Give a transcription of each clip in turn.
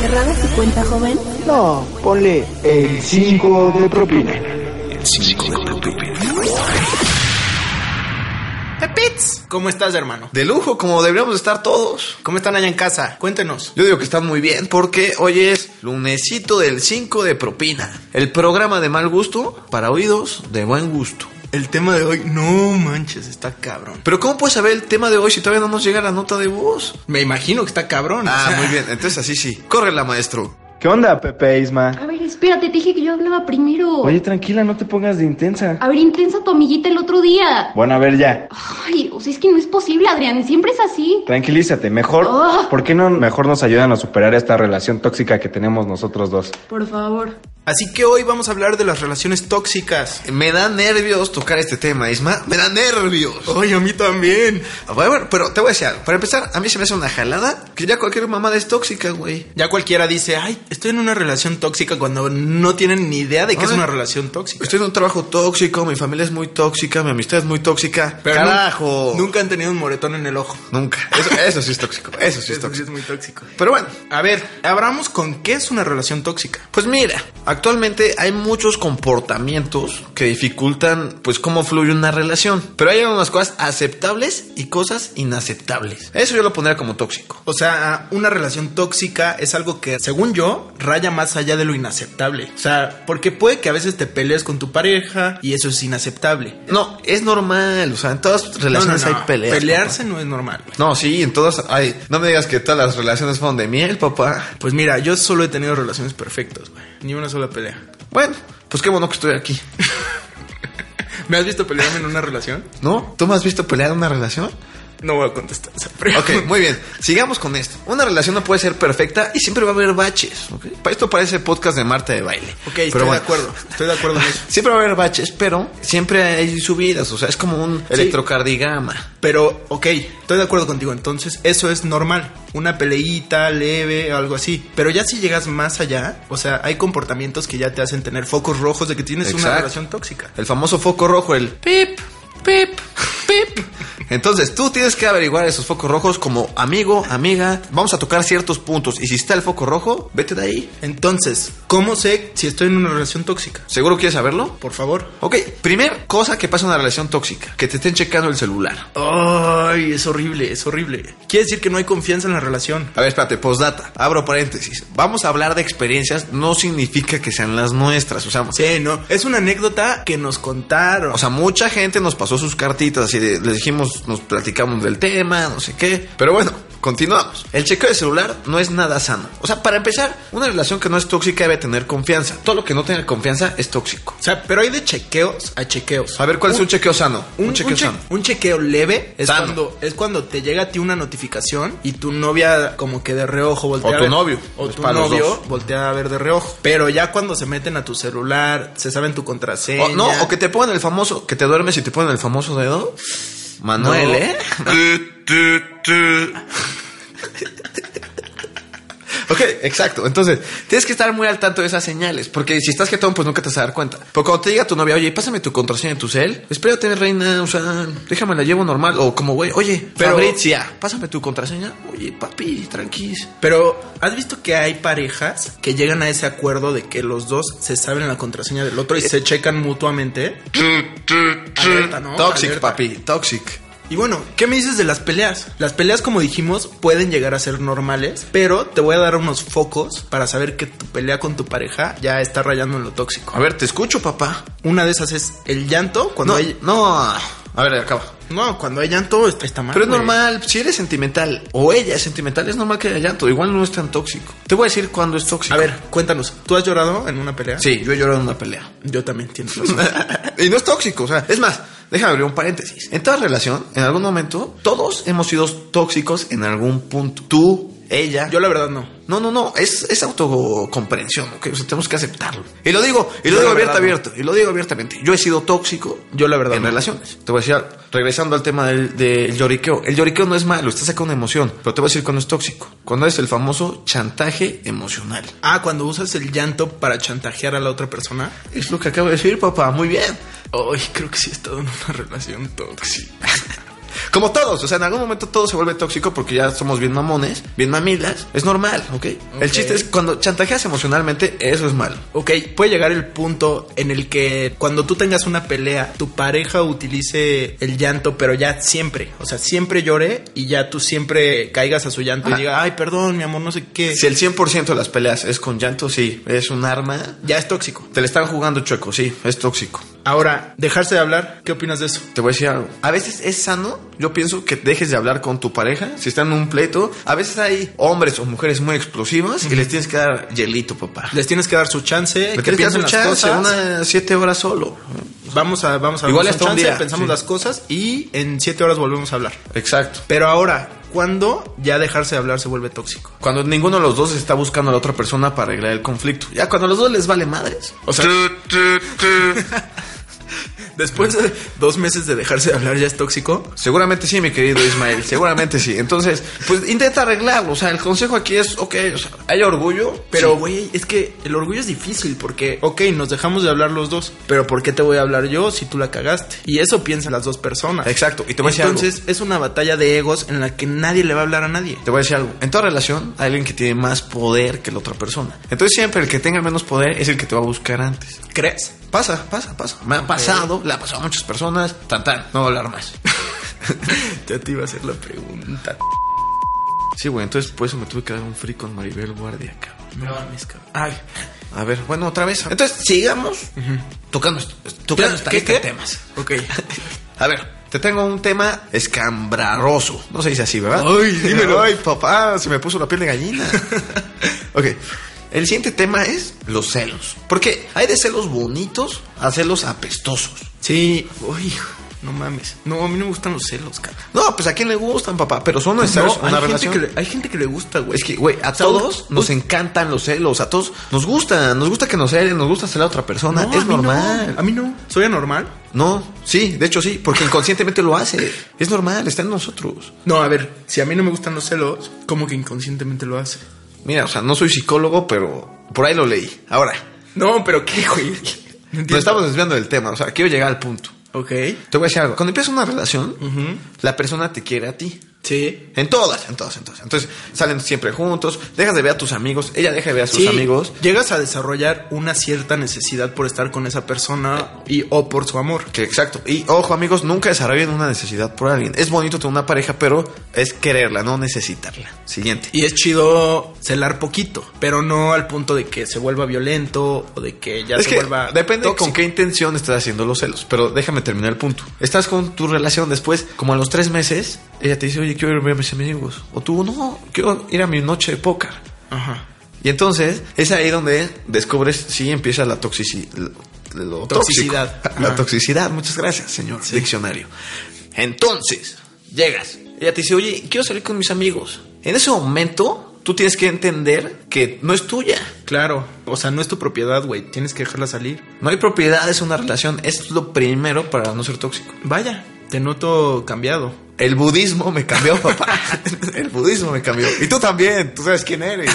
¿Cerrada tu cuenta, joven? No, ponle el 5 de propina. El 5 de propina. Pepitz, ¿cómo estás, hermano? De lujo, como deberíamos estar todos. ¿Cómo están allá en casa? Cuéntenos. Yo digo que están muy bien porque hoy es lunesito del 5 de propina. El programa de mal gusto para oídos de buen gusto. El tema de hoy, no manches, está cabrón. Pero ¿cómo puedes saber el tema de hoy si todavía no nos llega la nota de voz? Me imagino que está cabrón. Ah, muy bien. Entonces así sí. Córrela, maestro. ¿Qué onda, Pepe e Isma? A ver, espérate, te dije que yo hablaba primero. Oye, tranquila, no te pongas de intensa. A ver, intensa tu amiguita el otro día. Bueno, a ver ya. Ay, o sea, es que no es posible, Adrián. Siempre es así. Tranquilízate, mejor. Ah. ¿Por qué no mejor nos ayudan a superar esta relación tóxica que tenemos nosotros dos? Por favor. Así que hoy vamos a hablar de las relaciones tóxicas. Me da nervios tocar este tema, Isma. Me da nervios. Ah, Ay, a mí también. Bueno, pero te voy a decir algo. Para empezar, a mí se me hace una jalada que ya cualquier mamada es tóxica, güey. Ya cualquiera dice, ay, estoy en una relación tóxica cuando no tienen ni idea de qué es Ay. una relación tóxica. Estoy en un trabajo tóxico, mi familia es muy tóxica, mi amistad es muy tóxica. Pero ¡Carajo! nun- Nunca han tenido un moretón en el ojo. Nunca. Eso, eso sí es tóxico. Eso sí es Eso sí es tóxico. muy tóxico. Pero bueno, A ver, abramos con qué es una relación tóxica. pues mira, actualmente hay muchos comportamientos que dificultan pues cómo fluye una relación. Pero hay unas cosas aceptables y cosas inaceptables. Eso yo lo pondría como tóxico. O sea, una relación tóxica es algo que, según yo, raya más allá de lo inaceptable. O sea, porque puede que a veces te pelees con tu pareja y eso es inaceptable. No, es normal, o sea, en todas relaciones No, no, no. hay peleas. Pelearse no es normal. papá. No, sí, en todas hay. No me digas que todas las relaciones fueron de miel, papá. Pues mira, yo solo he tenido relaciones perfectas, güey. Ni una sola pelea. Bueno, pues qué bueno que estoy aquí. ¿Me has visto pelearme en una relación? ¿No? ¿Tú me has visto pelear una relación? No voy a contestar esa Ok, pregunta. muy bien. Sigamos con esto. Una relación no puede ser perfecta y siempre va a haber baches. ¿ok? Pa- Esto parece podcast de Marta de baile. Ok, Pero estoy bueno. de acuerdo. Estoy de acuerdo en eso. Siempre va a haber baches, pero siempre hay subidas. O sea, es como un electrocardigama. Pero, ok, estoy de acuerdo contigo. Entonces, eso es normal. Una peleita leve, algo así. Pero ya si llegas más allá, o sea, hay comportamientos que ya te hacen tener focos rojos de que tienes una Exacto. relación tóxica. El famoso foco rojo, el pip, pip, pip. Entonces tú tienes que averiguar esos focos rojos como amigo, amiga. Vamos a tocar ciertos puntos y si está el foco rojo, vete de ahí. Entonces, ¿cómo sé si estoy en una relación tóxica? ¿Seguro quieres saberlo? Por favor. Ok, primer cosa que pasa en una relación tóxica, que te estén checando el celular. Ay, es horrible, es horrible. Quiere decir que no hay confianza en la relación. A ver, espérate, postdata, abro paréntesis. Vamos a hablar de experiencias, no significa que sean las nuestras. O sea, Sí, no. Es una anécdota que nos contaron. O sea, mucha gente nos pasó sus cartitas, así de, les dijimos, nos platicamos del tema, no sé qué. Pero bueno, continuamos. El chequeo de celular no es nada sano. O sea, para empezar, una relación que no es tóxica debe tener confianza. Todo lo que no tenga confianza es tóxico. O sea, pero hay de chequeos a chequeos. A ver, ¿cuál es un chequeo sano? Un, chequeo che- sano. un chequeo leve es Sano. cuando es cuando te llega a ti una notificación y tu novia como que de reojo voltea O a tu ver- novio. o Es tu para los novio dos. voltea a ver de reojo. Pero ya cuando se meten a tu celular, se saben tu contraseña. O, no, o que te pongan el famoso, que te duermes y te ponen el famoso dedo. Manuel, No. ¿eh? Ok, exacto. Entonces, tienes que estar muy al tanto de esas señales. Porque si estás jetón, pues nunca te vas a dar cuenta. Pero cuando te diga tu novia, oye, pásame tu contraseña de tu cel. Espérate, reina, o sea, déjame la llevo normal. O como, güey, oye, Pero- Fabricia, pásame tu contraseña. Oye, papi, tranquis. Pero has visto que hay parejas que llegan a ese acuerdo de que los dos se saben la contraseña del otro y Eh. se checan mutuamente. Alerta, ¿no? Toxic, Alerta. papi, toxic. Y bueno, ¿qué me dices de las peleas? Las peleas, como dijimos, pueden llegar a ser normales, pero te voy a dar unos focos para saber que tu pelea con tu pareja ya está rayando en lo tóxico. A ver, te escucho, papá. Una de esas es el llanto. Cuando No, hay. no. A ver, acaba. No, cuando hay llanto está, está mal. Pero es Ah, güey. normal, si eres sentimental o ella es sentimental, es normal que haya llanto. Igual no es tan tóxico. Te voy a decir cuándo es tóxico. A ver, cuéntanos, ¿tú has llorado en una pelea? Sí, yo he llorado en una pelea. Yo también, tienes razón. y no es tóxico, o sea, es más, déjame abrir un paréntesis. En toda relación, en algún momento, todos hemos sido tóxicos en algún punto. Tú, ella. Yo la verdad no. No, no, no, es, es autocomprensión, ¿ok? O sea, tenemos que aceptarlo. Y lo digo, y lo Yo digo la verdad abierta, no. abierto, y lo digo abiertamente. Yo he sido tóxico Yo la verdad en no. relaciones. Te voy a decir, algo. regresando al tema del, del lloriqueo. El lloriqueo no es malo, estás sacando una emoción, pero te voy a decir cuando es tóxico. Cuando es el famoso chantaje emocional. Ah, cuando usas el llanto para chantajear a la otra persona. Es lo que acabo de decir, papá, muy bien. Ay, creo que sí he estado en una relación tóxica. Como todos, o sea, en algún momento todo se vuelve tóxico porque ya somos bien mamones, bien mamilas, es normal, ¿ok? El Ok. chiste es cuando chantajeas emocionalmente, eso es malo. Ok, puede llegar el punto en el que cuando tú tengas una pelea, tu pareja utilice el llanto, pero ya siempre. O sea, siempre llore y ya tú siempre caigas a su llanto Ajá. y diga, ay, perdón, mi amor, no sé qué. Si el 100% de las peleas es con llanto, sí, es un arma. Ya es tóxico. Te le están jugando chueco, sí, es tóxico. Ahora, dejarse de hablar, ¿qué opinas de eso? Te voy a decir algo. A veces es sano, yo pienso que dejes de hablar con tu pareja si están en un pleito. A veces hay hombres o mujeres muy explosivas y les tienes que dar hielito, papá. Les tienes que dar su chance, Le que tienes que dar piensen su las chance, cosas. unas 7 horas solo. Vamos a, vamos a Igual darnos hasta un día, pensamos sí. las cosas y en siete horas volvemos a hablar. Exacto. Pero ahora, ¿cuándo ya dejarse de hablar se vuelve tóxico? Cuando ninguno de los dos está buscando a la otra persona para arreglar el conflicto. Ya cuando a los dos les vale madres. O sea, Después de dos meses de dejarse de hablar ya es tóxico. seguramente sí, mi querido Ismael. Seguramente sí. Entonces, pues intenta arreglarlo. O sea, el consejo aquí es, ok, o sea, hay orgullo, Pero, pero güey, es que el orgullo es difícil porque, ok, nos dejamos de hablar los dos, pero ¿por qué te voy a hablar yo si tú la cagaste? Y eso piensan las dos personas. Exacto, y te voy a decir Entonces, es una batalla de egos en la que nadie le va a hablar a nadie. Te voy a decir algo. En toda relación hay alguien que tiene más poder que la otra persona. Entonces siempre el que tenga menos poder es el que te va a buscar antes. ¿Crees? Pasa, pasa, pasa. Me ha pasado, le ha pasado a muchas personas. Tan, tan, no voy a hablar más. Ya te iba a hacer la pregunta. Sí, güey, entonces por eso me tuve que dar un free con Maribel Guardia, cabrón. No mames, cabrón. Ay, a ver, bueno, otra vez. Entonces, sigamos tocando, esto- tocando esta ¿Qué, lista qué? de temas. Ok. A ver, te tengo un tema escambraroso. No se dice así, ¿verdad? Ay, dímelo. Ay, papá, se me puso la piel de gallina. ok. El siguiente tema es los celos. Porque hay de celos bonitos a celos apestosos. Sí, uy, no mames. No, a mí no me gustan los celos, cabrón. No, pues a quién le gustan, papá, pero son necesarios No, en una hay, gente relación. que le, hay gente que le gusta, güey. Es que, güey, a todos nos encantan los celos, a todos nos gustan, nos gusta que nos celen, nos gusta celar a otra persona, No, a es mí no, normal. a mí no. ¿Soy anormal? No, sí, de hecho sí, porque inconscientemente lo hace. Es normal, está en nosotros. No, a ver, si a mí no me gustan los celos, ¿cómo que inconscientemente lo hace? Mira, o sea, no soy psicólogo, pero por ahí lo leí. Ahora, No, pero qué, güey. No nos entiendo. estamos desviando del tema, o sea, quiero llegar al punto. Ok. Te voy a decir algo. Cuando empiezas una relación, Ujú. la persona te quiere a ti. Sí. En todas, en todas, en todas. Entonces, salen siempre juntos, dejas de ver a tus amigos, ella deja de ver a sus Sí, amigos. Llegas a desarrollar una cierta necesidad por estar con esa persona y o por su amor. Que exacto. Y ojo, amigos, nunca desarrollen una necesidad por alguien. Es bonito tener una pareja, pero es quererla, no necesitarla. Siguiente. Y es chido celar poquito, pero no al punto de que se vuelva violento o de que ya es se que vuelva. depende tóxico. con qué intención estás haciendo los celos. Pero déjame terminar el punto. Estás con tu relación después, como a los tres meses, ella te dice, oye, quiero ir a ver a mis amigos. O tú, no, quiero ir a mi noche de póker. Ajá. Y entonces es ahí donde descubres si empieza la toxicidad. Toxicidad. La Ajá. toxicidad. Muchas gracias, señor diccionario. Entonces, llegas. Ella te dice, oye, quiero salir con mis amigos. En ese momento, tú tienes que entender que no es tuya. Claro. O sea, no es tu propiedad, güey. Tienes que dejarla salir. No hay propiedad, es una relación. Es lo primero para no ser tóxico. Vaya, te noto cambiado. El budismo me cambió, papá. El budismo me cambió. Y tú también, tú sabes quién eres.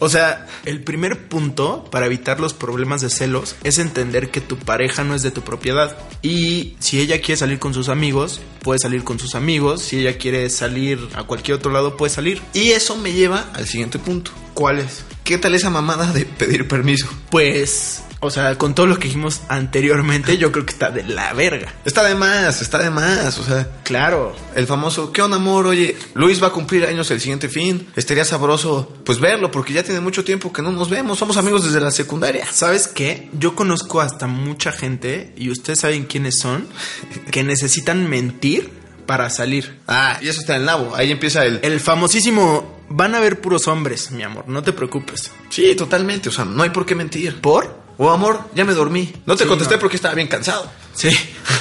O sea, el primer punto para evitar los problemas de celos es entender que tu pareja no es de tu propiedad. Y si ella quiere salir con sus amigos, puede salir con sus amigos. Si ella quiere salir a cualquier otro lado, puede salir. Y eso me lleva al siguiente punto. ¿Cuáles? ¿Qué tal esa mamada de pedir permiso? Pues, o sea, con todo lo que dijimos anteriormente, yo creo que está de la verga. Está de más, está de más. O sea, Claro. el famoso, ¿qué onda, amor? Oye, Luis va a cumplir años el siguiente fin. Estaría sabroso, pues, verlo, porque ya tiene mucho tiempo que no nos vemos. Somos amigos desde la secundaria. ¿Sabes qué? Yo conozco hasta mucha gente, y ustedes saben quiénes son, que necesitan mentir para salir. Ah, y eso está en Labo. Ahí empieza el... El famosísimo van a ver puros hombres, mi amor, no te preocupes. Sí, totalmente. O sea, no hay por qué mentir. ¿Por? O amor, ya me dormí. No te Sí, contesté no. porque estaba bien cansado. Sí.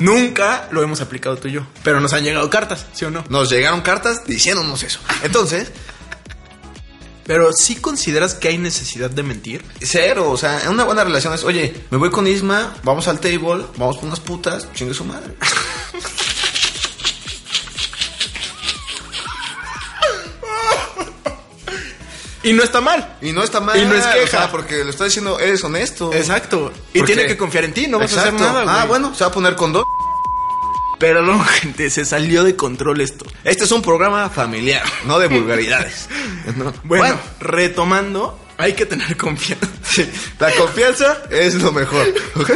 Nunca lo hemos aplicado tú y yo, pero nos han llegado cartas, ¿sí o no? Nos llegaron cartas diciéndonos eso. Entonces, Pero sí consideras que hay necesidad de mentir. cero, o sea, en una buena relación es, oye, me voy con Isma, vamos al table, vamos con unas putas, chingue su madre. Y no está mal. Y no está mal. Y no es o queja. sea, porque le está diciendo, eres honesto. Exacto. Y Porque- tiene que confiar en ti, no vas a Exacto. hacer nada. Ah, güey. bueno, se va a poner con dos. Perdón, gente, se salió de control esto. Este es un programa familiar, no de vulgaridades. No. Bueno, retomando, hay que tener confianza. Sí, la confianza es lo mejor. ¿ok?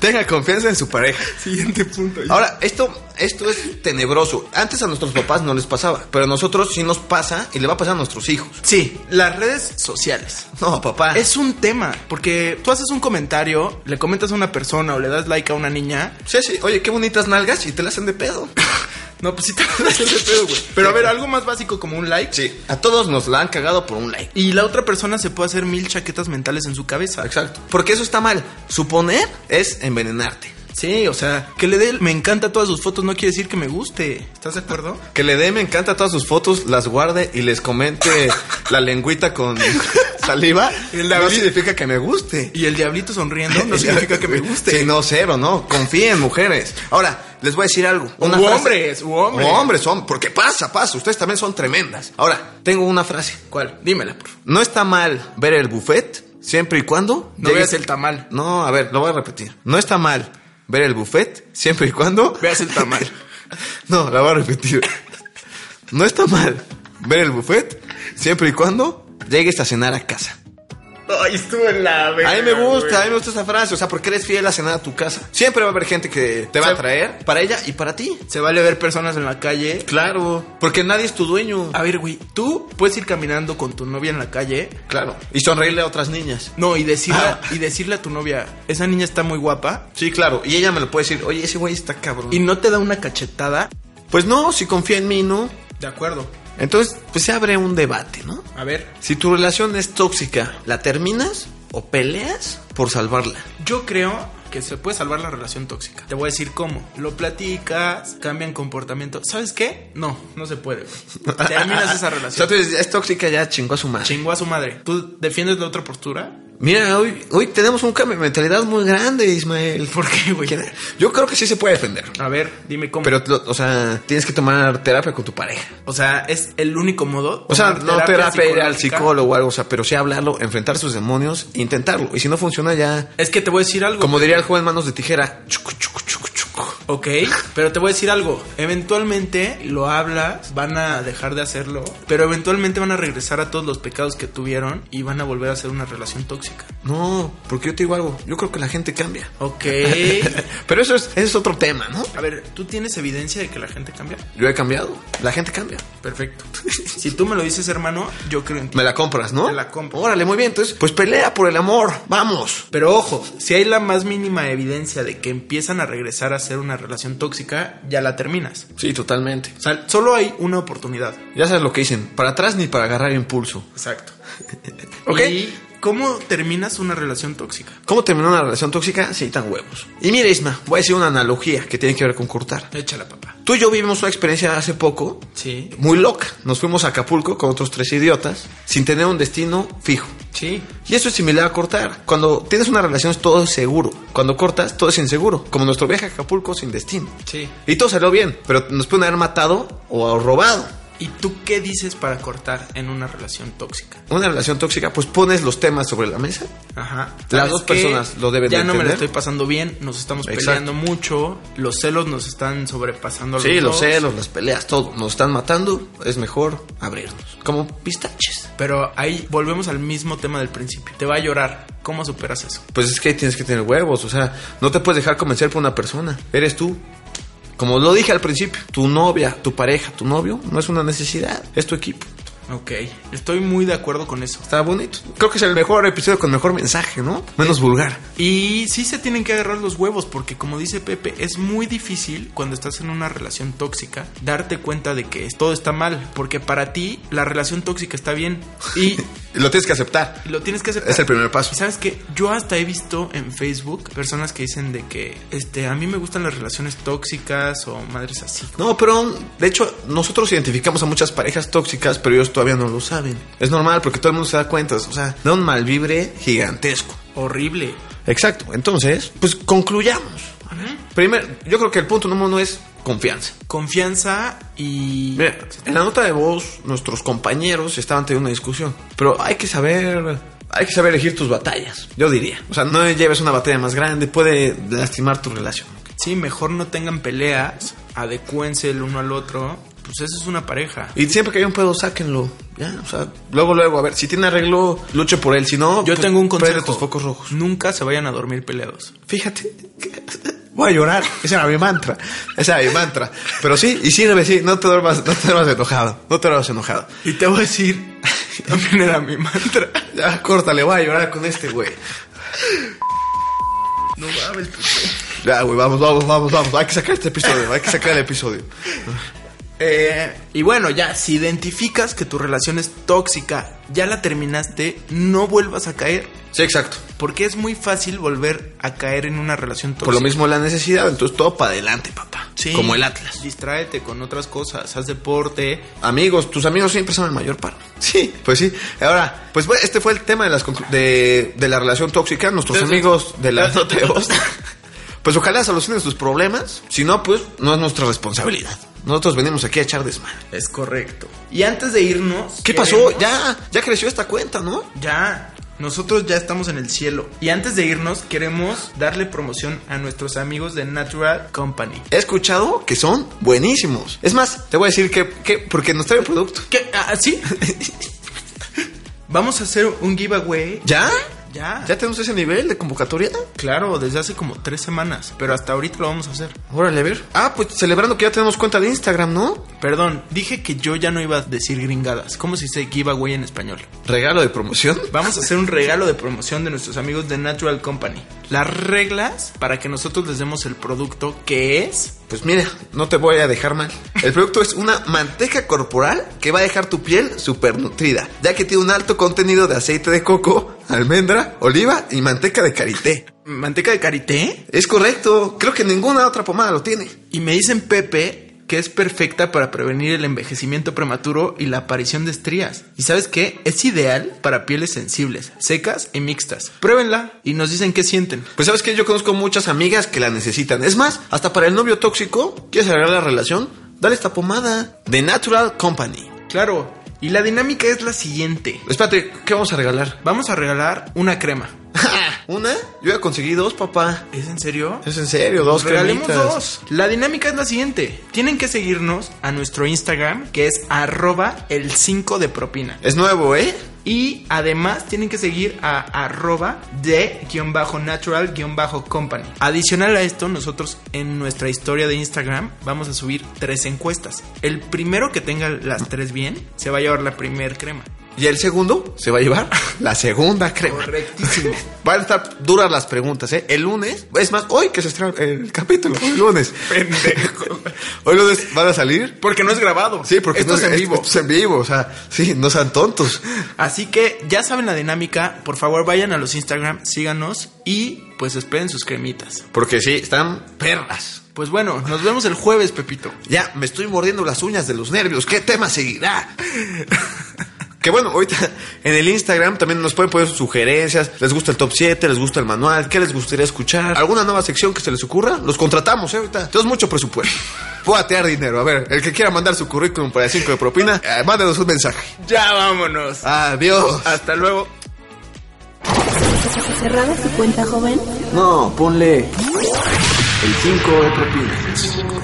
Tenga confianza en su pareja. Siguiente punto. Ahora, esto, esto es tenebroso. Antes a nuestros papás no les pasaba, pero a nosotros sí nos pasa y le va a pasar a nuestros hijos. sí, las redes sociales. No, papá. Es un tema, porque tú haces un comentario, le comentas a una persona o le das like a una niña. Sí, sí. Oye, qué bonitas nalgas y te la hacen de pedo. No, pues sí te vas a hacer de pedo, güey. Pero a ver, algo más básico como un like. Sí, a todos nos la han cagado por un like. Y la otra persona se puede hacer mil chaquetas mentales en su cabeza. Exacto. Porque eso está mal. Suponer es envenenarte. Sí, o sea, que le dé el me encanta todas sus fotos no quiere decir que me guste. ¿Estás de acuerdo? Que le dé, me encanta todas sus fotos, las guarde y les comente la lengüita con saliva. El no David. significa que me guste. Y el diablito sonriendo no significa que me guste. Sí, no, cero, no. Confíen, mujeres. Ahora, les voy a decir algo. U hombres, u hombres. U hombres, son. Porque pasa, pasa. Ustedes también son tremendas. Ahora, tengo una frase. ¿Cuál? Dímela, por favor. No está mal ver el buffet siempre y cuando No llegues- veas el tamal. No, a ver, lo voy a repetir. No está mal ver el buffet siempre y cuando Veas el tamal. No, la voy a repetir. No está mal ver el buffet siempre y cuando llegues a cenar a casa. Ay, estuvo en la verga, A mí me gusta, a güey. mí me gusta esa frase, o sea, porque eres fiel a cenar a tu casa. Siempre va a haber gente que te va a Sí. traer para ella y para ti. Se vale ver personas en la calle. Ah, Claro, porque nadie es tu dueño. A ver, güey, tú puedes ir caminando con tu novia en la calle. Claro, y sonreírle a otras niñas. No, y decirle, Ah. y decirle a tu novia, esa niña está muy guapa. Sí, claro, y ella me lo puede decir, oye, ese güey está cabrón. Y no te da una cachetada. pues no, si confía en mí, no. De acuerdo. Entonces, pues se abre un debate, ¿no? A ver, Si tu relación es tóxica, ¿la terminas o peleas por salvarla? Yo creo que se puede salvar la relación tóxica. Te voy a decir cómo. Lo platicas, cambian comportamiento. ¿Sabes qué? No, no se puede. güey. Terminas esa O sea, relación. tú dices, es tóxica, ya chingó a su madre. Chingó a su madre. ¿Tú defiendes la otra postura? Mira, hoy, hoy tenemos un cambio de mentalidad muy grande, Ismael. ¿Por qué, güey? ¿Quién- Yo creo que sí se puede defender. A ver, dime cómo. Pero, lo- o sea, tienes que tomar terapia con tu pareja. o sea, es el único modo. O sea, Tomar no terapia ir al psicológica. psicólogo o algo, o sea, pero sí hablarlo, enfrentar sus demonios, intentarlo. Y si no funciona, ya. Es que te voy a decir algo. Como diría el joven Manos de Tijera, chucu, chucu, chucu, chucu. Ok, pero te voy a decir algo. Eventualmente lo hablas, van a dejar de hacerlo, pero eventualmente van a regresar a todos los pecados que tuvieron y van a volver a hacer una relación tóxica. No, porque yo te digo algo. Yo creo que la gente cambia. Ok. Pero eso es, ese es otro tema, ¿no? A ver, ¿tú tienes evidencia de que la gente cambia? Yo he cambiado. La gente cambia. Perfecto. Si tú me lo dices, hermano, yo creo en ti. Me la compras, ¿no? Te la compro. Órale, muy bien. Entonces, pues pelea por el amor. Vamos. Pero ojo, si hay la más mínima evidencia de que empiezan a regresar a ser una relación tóxica, ya la terminas. Sí, totalmente. O sea, solo hay una oportunidad. Ya sabes lo que dicen. Para atrás ni para agarrar impulso. Exacto. Ok. Ok. cómo terminas una relación tóxica? ¿Cómo terminó una relación tóxica? Sí, tan huevos. Y mira, Isma, voy a decir una analogía que tiene que ver con cortar. Échala, papá. Tú y yo vivimos una experiencia hace poco Sí. muy loca. Nos fuimos a Acapulco con otros tres idiotas sin tener un destino fijo. Sí. Y eso es similar a cortar. Cuando tienes una relación es todo seguro. Cuando cortas, todo es inseguro. Como nuestro viaje a Acapulco sin destino. Sí. Y todo salió bien, pero nos pueden haber matado o robado. ¿Y tú qué dices para cortar en una relación tóxica? Una relación tóxica, pues pones los temas sobre la mesa. Ajá. Las ¿Sabes dos qué? personas lo deben Ya de no me la entender. estoy pasando bien, nos estamos Exacto. peleando mucho, los celos nos están sobrepasando. a Sí, los dos. celos, las peleas, todo. Nos están matando, es mejor abrirnos. Como pistaches. Pero ahí volvemos al mismo tema del principio. Te va a llorar. ¿Cómo superas eso? Pues es que tienes que tener huevos, o sea, no te puedes dejar convencer por una persona. Eres tú. Como lo dije al principio, tu novia, tu pareja, tu novio, no es una necesidad, es tu equipo. Ok, estoy muy de acuerdo con eso. Está bonito. Creo que es el mejor episodio con mejor mensaje, ¿no? Menos vulgar. Y sí se tienen que agarrar los huevos porque como dice Pepe, es muy difícil cuando estás en una relación tóxica darte cuenta de que todo está mal, porque para ti la relación tóxica está bien y Lo tienes que aceptar. Lo tienes que aceptar. Es el primer paso. Y sabes que yo hasta he visto en Facebook personas que dicen de que este a mí me gustan las relaciones tóxicas o madres así. No, pero aún- de hecho nosotros identificamos a muchas parejas tóxicas, pero ellos todavía no lo saben. Es normal porque todo el mundo se da cuenta, o sea, da un mal vibre gigantesco. Horrible. Exacto, entonces, pues concluyamos. A ver. Primero, yo creo que el punto número uno es confianza. Confianza y Mira, en la nota de voz, nuestros compañeros estaban teniendo una discusión, pero hay que saber, hay que saber elegir tus batallas, yo diría. O sea, no lleves una batalla más grande, puede lastimar tu relación. sí, mejor no tengan peleas, adecúense el uno al otro. Pues eso es una pareja. Y siempre que hay un pedo, sáquenlo. Ya, o sea, luego, luego, a ver, si tiene arreglo, luche por él. Si no, Yo pues, tengo un prende consejo. tus focos rojos. Nunca se vayan a dormir peleados. Fíjate, que- voy a llorar. Ese era mi mantra. Ese era mi mantra. Pero sí, y sirve, sí, no te duermas, no te duermas enojado. No te duermas enojado. Y te voy a decir, también era mi mantra. Ya, córtale, voy a llorar con este güey. No mames, pues, Ya, güey, vamos, vamos, vamos, vamos. Hay que sacar este episodio, hay que sacar el episodio. Eh, y bueno, ya, si identificas que tu relación es tóxica, ya la terminaste, no vuelvas a caer. Sí, exacto. Porque es muy fácil volver a caer en una relación tóxica. Por lo mismo la necesidad, entonces todo para adelante, papá. Sí. Como el Atlas. Distráete con otras cosas, haz deporte. Amigos, tus amigos siempre son el mayor par. Sí, pues sí. Ahora, pues bueno, este fue el tema de, las conclu- de, de la relación tóxica, nuestros Sí, sí. amigos de la Sí, sí. Noteos. Pues ojalá solucionen sus problemas. Si no, pues no es nuestra responsabilidad. Nosotros venimos aquí a echar desmadre. Es correcto. Y antes de irnos... ¿Qué pasó? queremos- Ya, ya creció esta cuenta, ¿no? Ya, nosotros ya estamos en el cielo. Y antes de irnos, queremos darle promoción a nuestros amigos de Natural Company. He escuchado que son buenísimos. Es más, te voy a decir que, que porque nos trae producto. ¿Qué? ¿Ah, sí? Vamos a hacer un giveaway. ¿Ya? Ya. ¿Ya tenemos ese nivel de convocatoria? Claro, desde hace como tres semanas, pero hasta ahorita lo vamos a hacer. Órale, a ver. Ah, pues celebrando que ya tenemos cuenta de Instagram, ¿no? Perdón, dije que yo ya no iba a decir gringadas. ¿Cómo se dice giveaway en español? Regalo de promoción. Vamos a hacer un regalo de promoción de nuestros amigos de Natural Company. Las reglas para que nosotros les demos el producto que es... Pues mira, no te voy a dejar mal. El producto es una manteca corporal que va a dejar tu piel súper nutrida, ya que tiene un alto contenido de aceite de coco, almendra, oliva y manteca de karité. Manteca de karité. Es correcto, creo que ninguna otra pomada lo tiene. Y me dicen Pepe que es perfecta para prevenir el envejecimiento prematuro y la aparición de estrías. ¿Y sabes qué? Es ideal para pieles sensibles, secas y mixtas. Pruébenla y nos dicen qué sienten. Pues sabes que yo conozco muchas amigas que la necesitan. Es más, hasta para el novio tóxico, ¿quieres arreglar la relación? Dale esta pomada de Natural Company. Claro. Y la dinámica es la siguiente. Espérate, ¿qué vamos a regalar? Vamos a regalar una crema. ¿Una? Yo ya conseguí dos, papá. ¿Es en serio? Es en serio, dos Regalemos cremitas. dos. La dinámica es la siguiente. Tienen que seguirnos a nuestro Instagram, que es arroba el 5 de propina. Es nuevo, ¿eh? Y además tienen que seguir a arroba de guión bajo natural guión bajo company. Adicional a esto, nosotros en nuestra historia de Instagram vamos a subir tres encuestas. El primero que tenga las tres bien se va a llevar la primer crema. Y el segundo se va a llevar la segunda crema. Correctísimo. Van a estar duras las preguntas, ¿eh? El lunes, es más, hoy que se estrena el capítulo, hoy lunes. Pendejo. Hoy lunes van a salir. Porque no es grabado. Sí, porque esto no- es en es- vivo. esto es en vivo, o sea, sí, no sean tontos. Así que ya saben la dinámica. Por favor, vayan a los Instagram, síganos y pues esperen sus cremitas. Porque sí, están perras. Pues bueno, nos vemos el jueves, Pepito. Ya, me estoy mordiendo las uñas de los nervios. ¿Qué tema seguirá? Que bueno, ahorita en el Instagram también nos pueden poner sus sugerencias. ¿Les gusta el top 7? ¿Les gusta el manual? ¿Qué les gustaría escuchar? ¿Alguna nueva sección que se les ocurra? Los contratamos, ¿eh? Ahorita tenemos mucho presupuesto. Puedo atear dinero. A ver, el que quiera mandar su currículum para el 5 de propina, eh, mándenos un mensaje. Ya vámonos. Adiós. Hasta luego. Cerrada su cuenta joven. No, ponle el 5 de propina.